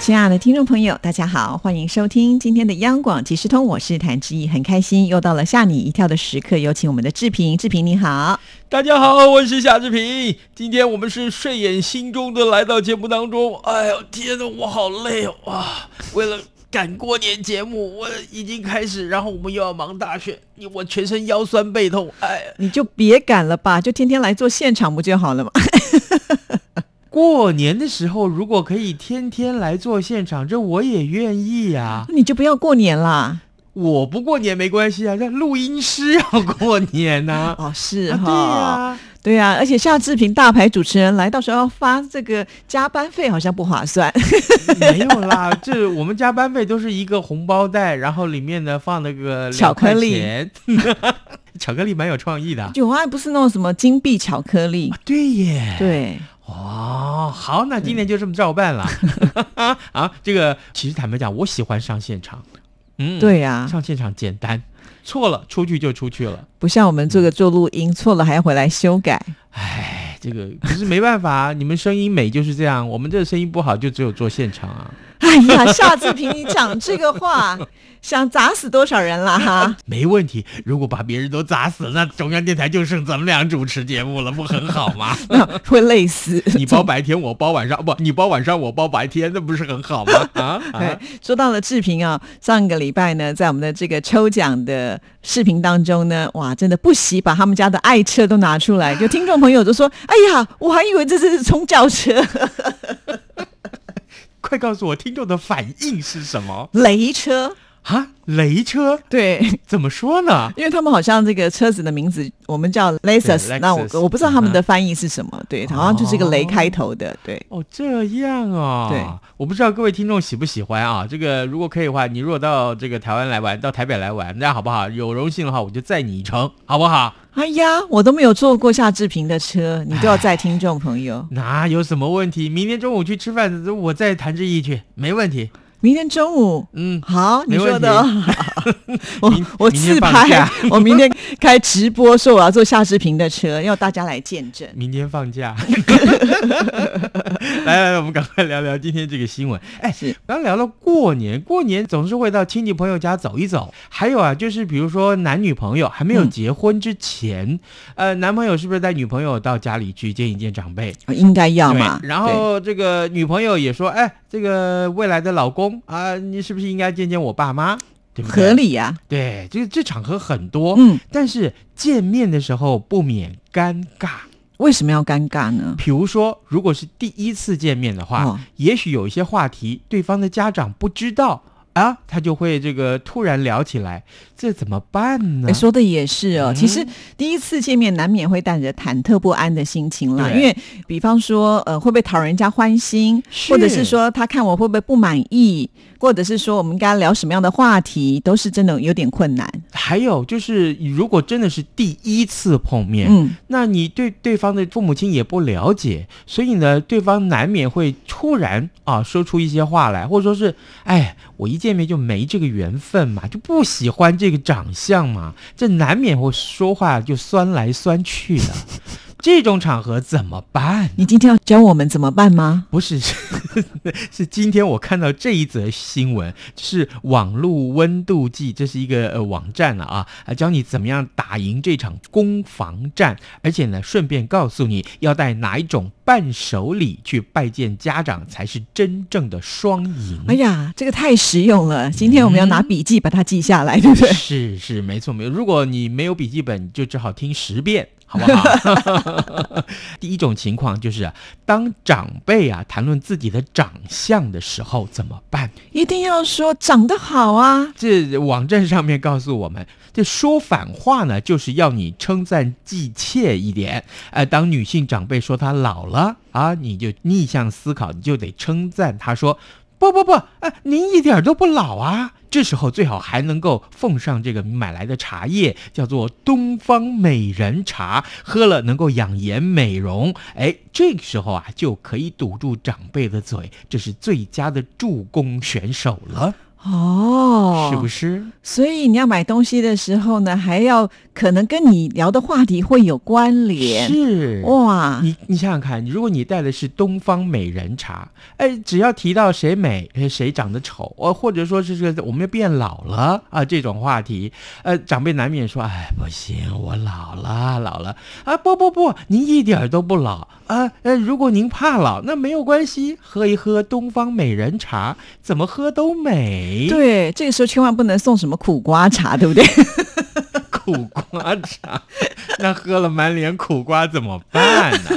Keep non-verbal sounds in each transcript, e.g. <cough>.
亲爱的听众朋友，大家好，欢迎收听今天的央广即时通，我是谭志毅，很开心又到了吓你一跳的时刻，有请我们的志平，志平你好。大家好，我是夏志平。今天我们是睡眼惺忪的来到节目当中。哎呦，天呐，我好累哦！啊，为了赶过年节目，我已经开始，然后我们又要忙大选，你我全身腰酸背痛。哎呀，你就别赶了吧，就天天来做现场不就好了吗？ <laughs> 过年的时候如果可以天天来做现场，这我也愿意呀、你就不要过年啦。我不过年没关系啊，这录音师要过年呐、哦，是啊。哈、对呀、对啊，而且夏志平大牌主持人来，到时候要发这个加班费，好像不划算。 <laughs> 没有啦，这我们加班费都是一个红包袋，然后里面呢放了个巧克力力， <laughs> 巧克力蛮有创意的啊。有啊，不是那种什么金币巧克力，对耶，对，哦，好，那今年就这么照办了。啊，这个其实坦白讲，我喜欢上现场，嗯，，对呀、啊，上现场简单，错了出去就出去了。不像我们这个做录音错了还要回来修改。哎，这个可是没办法，啊你们声音美就是这样，我们这个声音不好，就只有做现场啊。哎呀，夏志平，你讲这个话，想砸死多少人啦 <laughs> 哈？没问题，如果把别人都砸死，那中央电台就剩咱们俩主持节目了，不很好 <laughs> 吗？会累死。你包白天，我包晚上，不，你包晚上，我包白天，那不是很好吗？啊，对啊，说到了志平啊，上个礼拜呢，在我们的这个抽奖的视频当中呢，哇，真的不惜把他们家的爱车都拿出来，就听众朋友就说：“哎呀，我还以为这是冲轿车， <laughs> <laughs> 快告诉我听众的反应是什么雷车。啊？雷车”对，怎么说呢？因为他们好像这个车子的名字我们叫 Lexus，对那我 Lexus，嗯我不知道他们的翻译是什么，对，好像就是一个雷开头的，对。哦，这样哦。对，我不知道各位听众喜不喜欢啊。这个如果可以的话，你如果到这个台湾来玩，到台北来玩，那好不好？有荣幸的话，我就载你一程，好不好？哎呀，我都没有坐过夏志平的车，你都要载听众朋友。哪有什么问题？明天中午去吃饭，我再谭志毅去，没问题。明天中午，嗯，好，你没问说的题哦，我明 <laughs> 我明天自放拍假，我明天开直播说我要坐夏志平的车，要大家来见证。明天 <laughs> 放假。来来来，我们赶快聊聊今天这个新闻。哎是，刚聊到过年，过年总是会到亲戚朋友家走一走。还有啊，就是比如说男女朋友还没有嗯结婚之前，呃，男朋友是不是带女朋友到家里去见一见长辈？应该要对嘛，然啊对后这个女朋友也说，哎，这个未来的老公啊、你是不是应该见见我爸妈？对不对？合。理呀、对，这这场合很多，嗯，但是见面的时候不免尴尬。为什么要尴尬呢？比如说，如果是第一次见面的话，哦也许有一些话题对方的家长不知道啊，他就会这个突然聊起来，这怎么办呢哎？说的也是哦，嗯其实第一次见面难免会带着忐忑不安的心情啦，对因为比方说，呃，会不会讨人家欢心，是或者是说他看我会不会不满意，或者是说我们应该聊什么样的话题，都是真的有点困难。还有就是，如果真的是第一次碰面，嗯，那你对对方的父母亲也不了解，所以呢，对方难免会突然啊说出一些话来，或者说是，哎，我一见面就没这个缘分嘛，就不喜欢这个长相嘛，这难免会说话就酸来酸去的，这种场合怎么办？你今天要教我们怎么办吗？不是， <laughs> 是是今天我看到这一则新闻，是网络温度计，这是一个呃网站了啊，啊教你怎么样打赢这场攻防战，而且呢，顺便告诉你要带哪一种伴手礼去拜见家长，才是真正的双赢。哎呀，这个太实用了！今天我们要拿笔记把它记下来，对不对？是是，没错没错。如果你没有笔记本，就只好听十遍，好不好？ <laughs> 第一种情况就是啊，当长辈啊谈论自己的长相的时候怎么办？一定要说长得好啊，这网站上面告诉我们，这说反话呢，就是要你称赞季妾一点。呃，当女性长辈说她老了啊，你就逆向思考，你就得称赞她说：“不不不，呃，您一点都不老啊，这时候最好还能够奉上这个买来的茶叶，叫做东方美人茶，喝了能够养颜美容。哎，这个时候啊，就可以堵住长辈的嘴，这是最佳的助攻选手了，哦，是不是？是？所以你要买东西的时候呢，还要可能跟你聊的话题会有关联。是。哇，你你想想看，如果你带的是东方美人茶，哎，只要提到谁美呃谁长得丑，呃，或者说是这个我们要变老了啊这种话题，呃，长辈难免说，哎，不行，我老了，老了啊，不不不，您一点儿都不老啊，呃，如果您怕老，那没有关系，喝一喝东方美人茶，怎么喝都美。对，这个时候千万不能送什么苦瓜茶，对不对？ <laughs> 苦瓜茶，那喝了满脸苦瓜怎么办 <laughs> 呢？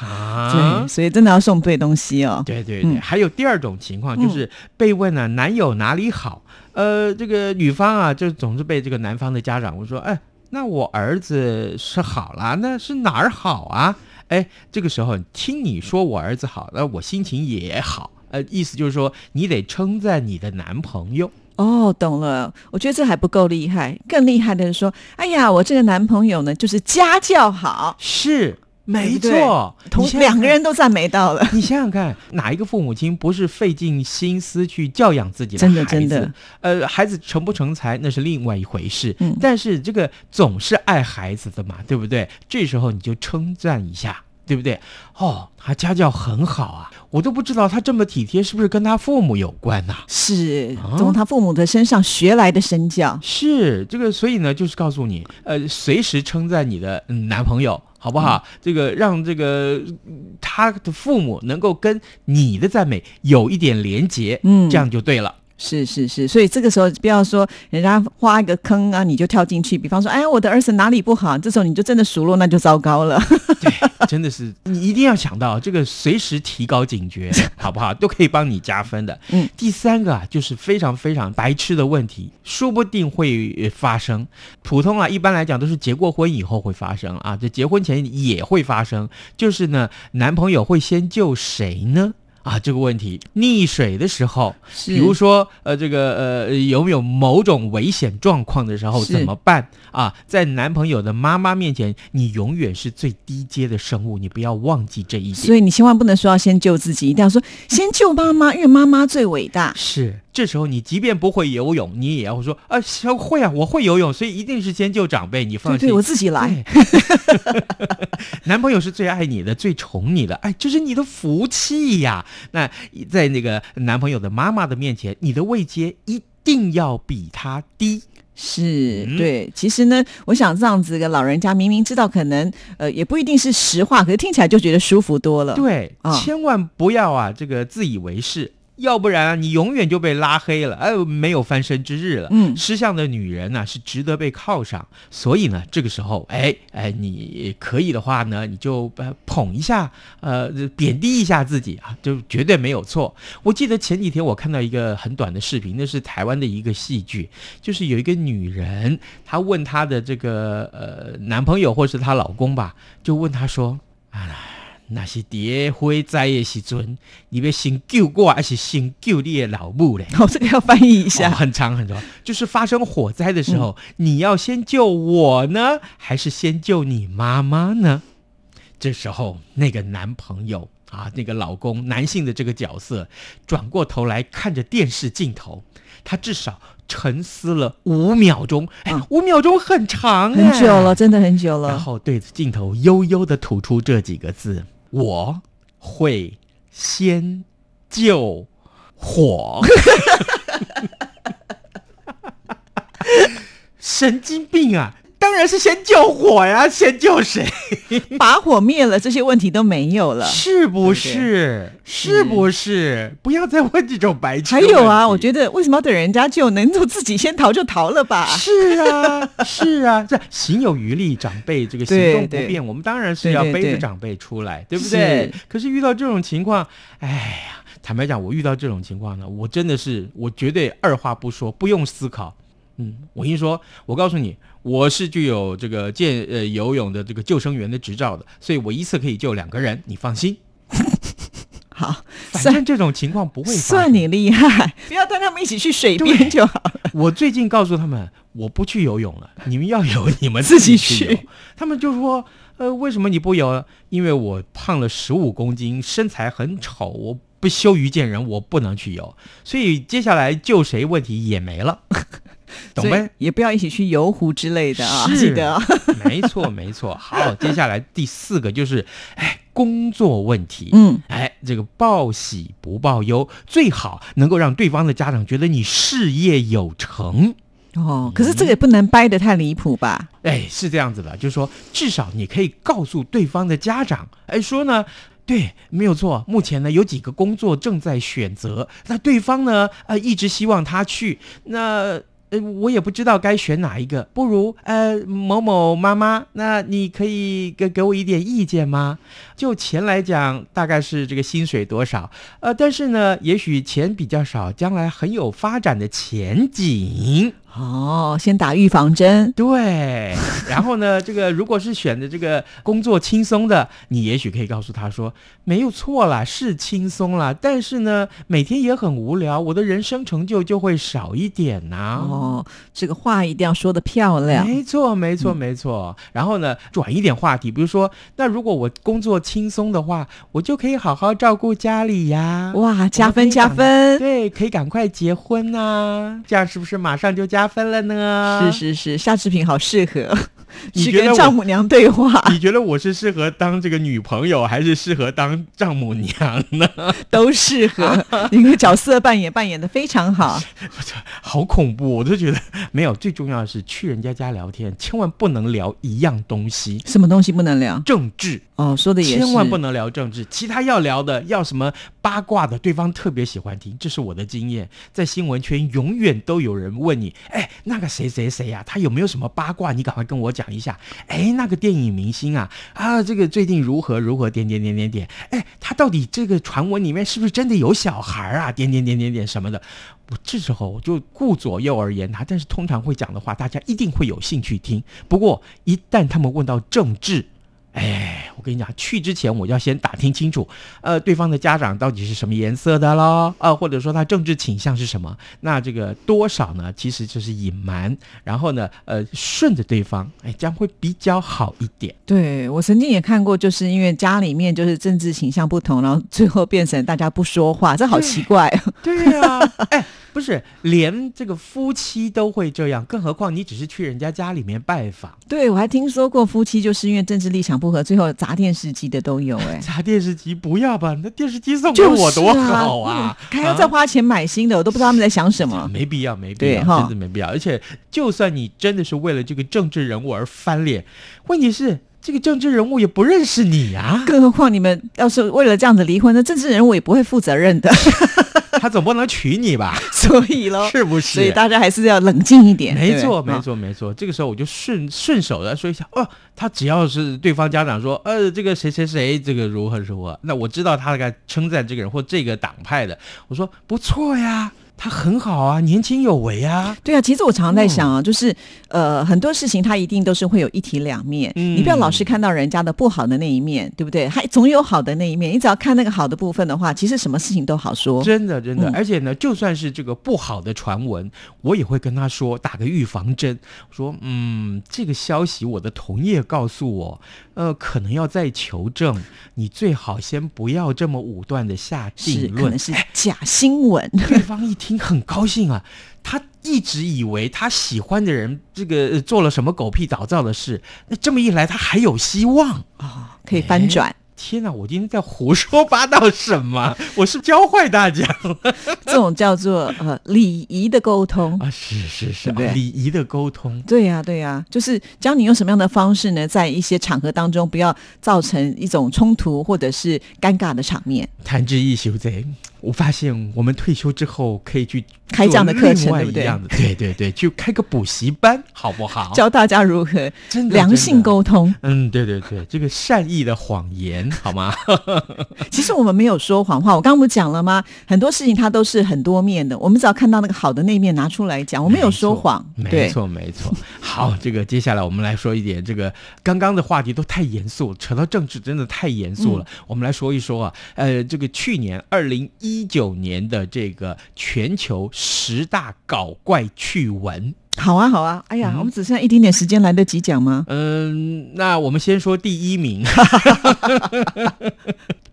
啊对，，所以真的要送对东西哦。对对对，嗯还有第二种情况就是被问呢、男友哪里好？呃，这个女方啊，就总是被这个男方的家长问说，哎，那我儿子是好啦，那是哪儿好啊？哎，这个时候听你说我儿子好，那我心情也好。呃，意思就是说，你得称赞你的男朋友。哦，懂了。我觉得这还不够厉害，更厉害的是说，哎呀，我这个男朋友呢，就是家教好，是，没对不对错，你同现在两个人都赞美到了。 <laughs> 你想想看，哪一个父母亲不是费尽心思去教养自己的真的孩真子？的呃，孩子成不成才那是另外一回事，嗯但是这个总是爱孩子的嘛，对不对？这时候你就称赞一下。对不对？哦，他家教很好啊，我都不知道他这么体贴是不是跟他父母有关呐、是啊从他父母的身上学来的身教，是这个，所以呢，就是告诉你，呃，随时称赞你的嗯男朋友，好不好？这个让这个嗯他的父母能够跟你的赞美有一点连结，嗯这样就对了。是是是，所以这个时候不要说人家挖一个坑啊，你就跳进去。比方说，哎，我的儿子哪里不好，这时候你就真的数落，那就糟糕了。对，真的是你一定要想到这个，随时提高警觉，好不好？都可以帮你加分的。嗯，第三个啊，就是非常非常白痴的问题，说不定会呃发生。普通啊，一般来讲都是结过婚以后会发生啊，这结婚前也会发生。就是呢，男朋友会先救谁呢？啊，这个问题，溺水的时候，是 <laughs> 比如说，呃，这个呃，有没有某种危险状况的时候是怎么办啊？在男朋友的妈妈面前，你永远是最低阶的生物，你不要忘记这一 <laughs> 点。所以你千万不能说要先救自己，一定要说先救妈妈，因为妈妈最伟大。是，这时候你即便不会游泳，你也要说啊，小会啊，我会游泳，所以一定是先救长辈，你放对心。对，我自己来。对。男朋友是最爱你的、最宠你的，哎，这是你的福气呀。那在那个男朋友的妈妈的面前，你的位阶一定要比他低。是嗯对，其实呢，我想这样子的老人家明明知道可能呃也不一定是实话，可是听起来就觉得舒服多了。 <laughs> 对，啊千万不要啊，这个自以为是。要不然啊，你永远就被拉黑了，哎，没有翻身之日了。嗯识相的女人呢、是值得被犒赏，所以呢，这个时候，哎哎，你可以的话呢，你就呃捧一下，呃，贬低一下自己啊，就绝对没有错。我记得前几天我看到一个很短的视频，那是台湾的一个戏剧，就是有一个女人，她问她的这个呃男朋友或是她老公吧，就问她说，啊，那是伫火灾的时阵，你要先救我，还是先救你的老母嘞？哦，这个要翻译一哦下。很长很长，就是发生火灾的时嗯候，你要先救我呢，还是先救你妈妈呢？这时候，那个男朋友啊，那个老公，男性的这个角色，转过头来看着电视镜头，他至少沉思了五秒钟，哎嗯，五秒钟很长、哎，很久了，真的很久然了。后对着镜头悠悠的吐出这几个字：“我会先救 <laughs> 火。”神经病啊！当然是先救火呀，先救谁？ <laughs> 把火灭了，这些问题都没有了。是不嗯是？是不是？不要再问这种 <laughs> 白痴。还有啊，我得。觉得为什么要等人家救呢？你就自己先逃就逃了吧。是啊，是 <laughs> 啊，这行有余力，长辈这个行对动不对便，我们当然是对要对背着对长辈出来，对不对是？可是遇到这种情况，哎呀，坦白讲，我遇到这种情况呢，我真的是，我绝对二话不说，不用思考。嗯，我跟你说，我告诉你，我是具有这个健呃游泳的这个救生员的执照的，所以我一次可以救两个人，你放心。好，反算正这种情况不会发算生。你厉害， <laughs> 不要跟他们一起去水边就好 <laughs> 了。我最近告诉他们，我不去游泳 <laughs> 了，你们要游你们自己去去游。他们就说，呃，为什么你不游？因为我胖了十五公斤，身材很丑，我不羞于见人，我不能去游。所以接下来救谁问题也没了，懂 <laughs> 所以呗？也不要一起去游湖之类的啊，是记得啊。没错，没错。好，接下来第四个就是，哎，工作问题。嗯，哎，这个报喜不报忧，最好能够让对方的家长觉得你事业有成。嗯哦，可是这个也不能掰得太离谱吧？哎，是这样子的，就是说，至少你可以告诉对方的家长，哎，说呢。对，没有错。目前呢，有几个工作正在选择，那对方呢，呃，一直希望他去，那呃，我也不知道该选哪一个，不如呃，某某妈妈，那你可以给给我一点意见吗？就钱来讲，大概是这个薪水多少，呃，但是呢，也许钱比较少，将来很有发展的前景。哦，先打预防针。对，然后呢，这个如果是选的这个工作轻松的，你也许可以告诉他说，没有错啦，是轻松啦，但是呢，每天也很无聊，我的人生成就就会少一点呐、哦，啊这个话一定要说的漂亮。没错，没错，嗯没错。然后呢，转一点话题，比如说，那如果我工作轻松的话，我就可以好好照顾家里呀。哇，加我们可以分加赶分！对，啊可以赶快结婚呐、这样是不是马上就加分了呢？是是是，夏志平好适合你去觉得跟我丈母娘对话， <laughs> 你觉得我是适合当这个女朋友，还是适合当丈母娘呢？ <laughs> 都适合。你的角色扮演扮演的非常好，好恐怖！我都觉得没有。最重要的是去人家家聊天，千万不能聊一样东西，什么东西不能聊？政治哦，说的也是，千万不能聊政治，其他要聊的要什么八卦的，对方特别喜欢听。这是我的经验，在新闻圈永远都有人问你，哎，那个谁谁谁呀、他有没有什么八卦？你赶快跟我讲一下。哎，那个电影明星啊，啊，这个最近如何如何点点点点点，哎，他到底这个传闻里面是不是真的有小孩啊？点点点点点什么的。我这时候我就顾左右而言他，但是通常会讲的话，大家一定会有兴趣听。不过一旦他们问到政治，哎，我跟你讲，去之前我要先打听清楚，呃，对方的家长到底是什么颜色的咯，啊、或者说他政治倾向是什么？那这个多少呢，其实就是隐瞒，然后呢，呃，顺着对方，哎，这样会比较好一点。对我曾经也看过，就是因为家里面就是政治倾向不同，然后最后变成大家不说话，这好奇怪。对呀、 <laughs> 哎，不是，连这个夫妻都会这样，更何况你只是去人家家里面拜访。 <laughs> 对我还听说过夫妻就是因为政治立场不合，最后砸电视机的都有、哎。砸电视机不要吧，那电视机送给就是我多好啊 <laughs> 啊！！还要再花钱买新的，我都不知道他们在想什 <laughs> 么。没必要，没必对要，哈，真的没必要。而且，就算你真的是为了这个政治人物而翻脸，问题是这个政治人物也不认识你啊更何况你们要是为了这样子离婚，那政治人物也不会负责任的， <laughs> 他总不能娶你吧？所以咯，是不哦所以是？大家还是要冷静一点。没对错，不对没。错，没错。这个时候我就顺顺手的说一下，哦，他只要是对方家长说，呃，这个谁谁谁，这个如何如何，那我知道他大概称赞这个人或这个党派的，我说不错呀，他很好啊，年轻有为啊，对啊，其实我常常在想啊，就是呃，很多事情它一定都是会有一体两面，嗯你不要老是看到人家的不好的那一面，对不对？它总有好的那一面，你只要看那个好的部分的话，其实什么事情都好说。真的，真的，嗯而且呢，就算是这个不好的传闻，我也会跟他说打个预防针，说嗯，这个消息我的同业告诉我，呃，可能要再求证，你最好先不要这么武断的下是，可定能论。哎是假新闻。对方一听很高兴啊，他一直以为他喜欢的人这个、呃做了什么狗屁倒灶的事，那这么一来他还有希望。哦，可以翻转，天哪！我今天在胡说八道什么？我是教坏大家这种叫做呃礼仪的沟通。啊！是是是，对不对啊礼仪的沟通。对呀、对呀、就是教你用什么样的方式呢，在一些场合当中，不要造成一种冲突或者是尴尬的场面。谈之亦修贼，我发现我们退休之后可以去开这样的课程做另外对不对一样的对对对，去开个补习班，好不好？教大家如何哦真的良性。真的沟通。嗯，对对对，这个善意的谎言，好吗？其实我们没有说谎话，我刚刚不讲了吗？很多事情它都是很多面的，我们只要看到那个好的那一面拿出来讲，我没有说谎，没对。错没错。 <laughs> 好，这个接下来我们来说一点，这个刚刚的话题都太严肃，扯到政治真的太严肃了。嗯我们来说一说啊，呃，这个去年二零一九年的这个全球十大搞怪趣闻。好啊，好啊，哎呀，嗯我们只剩下一丁点时间，来得及讲吗？嗯，那我们先说第一名。 <laughs>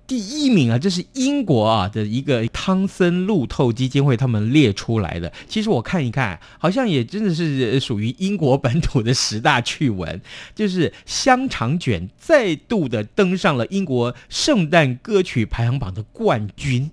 第一名啊，这是英国啊的一个汤森路透基金会他们列出来的。其实我看一看，啊好像也真的是呃属于英国本土的十大趣闻，就是香肠卷再度的登上了英国圣诞歌曲排行榜的冠军。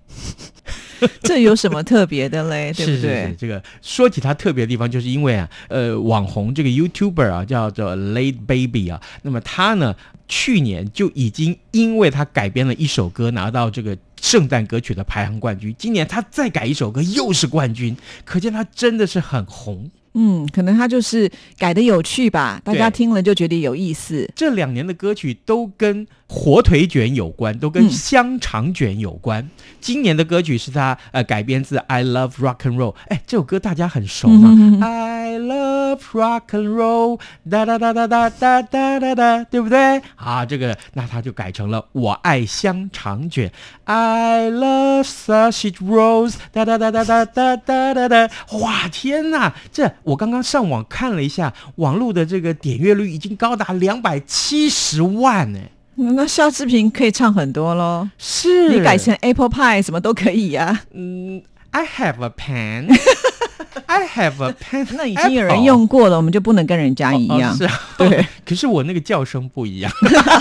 这有什么特别的 <laughs> 嘞？对不对？是是是，这个说起它特别的地方，就是因为啊，呃，网红这个 YouTuber 啊，叫做 Late Baby 啊，那么他呢，去年就已经因为他改编了一首歌拿到这个。圣诞歌曲的排行冠军，今年他再改一首歌又是冠军，可见他真的是很红。嗯，可能他就是改的有趣吧，大对家听了就觉得有意思。这两年的歌曲都跟火腿卷有关，都跟嗯香肠卷有关。今年的歌曲是他呃改编自《I Love Rock and Roll》，哎，这首歌大家很熟嘛。嗯哼哼 I love rock and roll，哒哒哒哒哒哒哒哒哒，对不对？啊，这个那他就改成了我爱香肠卷，I love sausage rolls，哒哒哒哒哒哒哒哒哒。哇，天哪！这我刚刚上网看了一下，网络的这个点阅率已经高达两百七十万呢。嗯那夏志平可以唱很多喽，是你改成 Apple Pie 什么都可以啊 <laughs> 呀、嗯，I have a <laughs> pen，I have a pen，那已经有人用过了，我们就不能跟人家一哦哦样是啊 <laughs> 对，可是我那个叫声不一样。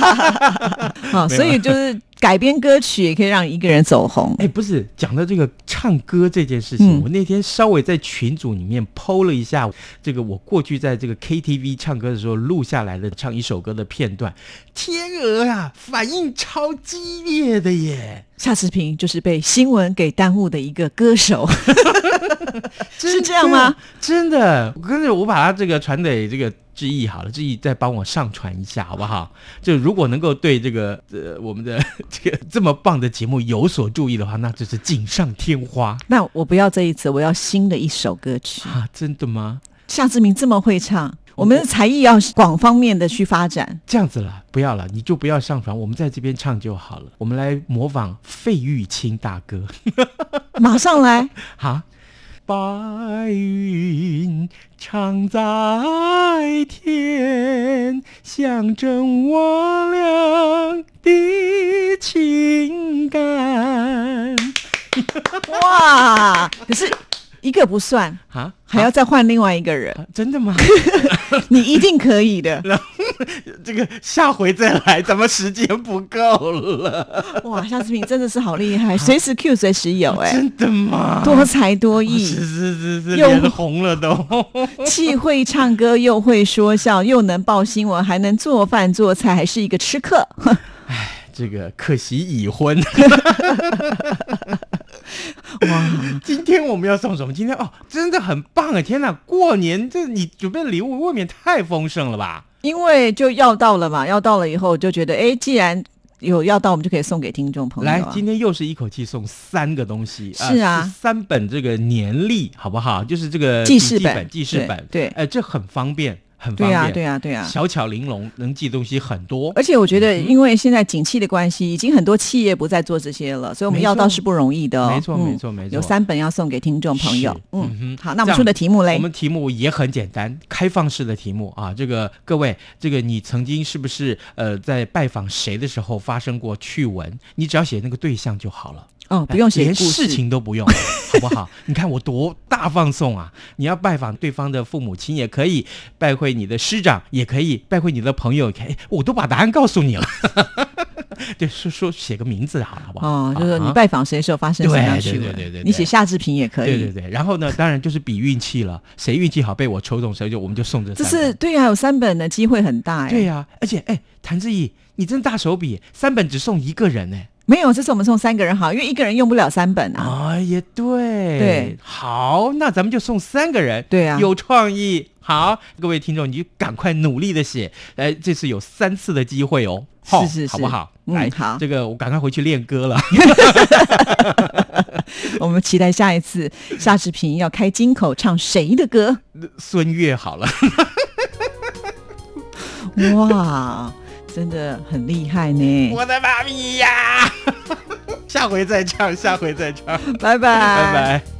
啊、没有所以就是改编歌曲也可以让一个人走红。 <laughs> 哎，不是，讲到这个唱歌这件事情，嗯我那天稍微在群组里面剖了一下，这个我过去在这个 KTV 唱歌的时候录下来的唱一首歌的片段，天鹅啊，反应超激烈的耶！夏志平就是被新闻给耽误的一个歌手， <laughs> 是真这样吗？啊真的，跟着我把它这个传给这个志毅好了，志毅再帮我上传一下好不好？就如果能够对这个呃我们的这个这么棒的节目有所注意的话，那就是锦上添花那我不要这一次，我要新的一首歌曲。啊！真的吗？夏志明这么会唱，我们的才艺要广方面的去发展。这样子啦，不要了，你就不要上传，我们在这边唱就好了。我们来模仿费玉清大哥，马上来， <laughs> 哈。白云常在天，象征我俩的情感。哇！可是一个不算，啊，还要再换另外一个 <laughs> 人，啊真的吗？你一定可以 <laughs> 的。这个下回再来，咱们时间不够了。哇，夏志平真的是好厉害，随时 Q 随时有、哎，真的吗？多才多是艺，是是是，又脸红了都。哦 <laughs> 既会唱歌，又会说笑，又能报新闻，还能做饭做菜，还是一个吃客。这个可惜已婚。哇，今天我们要送什么？今天哦，真的很棒啊！天哪，过年这你准备的礼物未免太丰盛了吧？因为就要到了嘛，要到了以后就觉得，哎，既然有要到，我们就可以送给听众朋友、来，啊。今天又是一口气送三个东西，呃是啊三本这个年历，好不好？就是这个记事笔记本本、记事对本，对哎、这很方便，很方对便，呀、对呀、啊哎对呀、小巧玲珑，能记东西很多。而且我觉得，嗯因为现在景气的关系，已经很多企业不再做这些了，所以我们没要错到是不容易的哦。没错嗯没错没错有三本要送给听众朋友是。嗯嗯哼，好，那我这们样出的题目我嘞，们题目也很简单，开放式的题目啊。这个各位，这个你曾经是不是呃在拜访谁的时候发生过趣闻？你只要写那个对象就好了。哎哦，不用写连故事事情都不用，好不好？ <laughs> 你看我多大放送啊！你要拜访对方的父母亲也可以，拜会你的师长也可以，拜会你的朋友也可以，哎我都把答案告诉你了。 <laughs> 对，说说写个名字好了，好不好？哦，就是说啊你拜访谁的时候发生什么样的对趣对对对对对闻，你写夏志平也可对对以。对，然后呢，当然就是比运气了， <laughs> 谁运气好被我抽中，谁就我们就送这这三是本。对呀，有三本的机会很大哎。对呀、而且哎，谭志毅，你真大手笔，三本只送一个人呢、没有，这次我们送三个人好，因为一个人用不了三本啊。啊，也对，对，好，那咱们就送三个人，对啊有创意。好，各位听众，你就赶快努力的写，来，这次有三次的机会哦，是吼是好不是好？嗯来，好这个我赶快回去练歌了。 <laughs> <laughs> 我们期待下一次夏志平要开金口唱谁的歌？孙悦好了，哇，真的很厉害呢！我 <laughs> 的妈咪呀、下回再唱，下回再唱，拜拜，拜拜。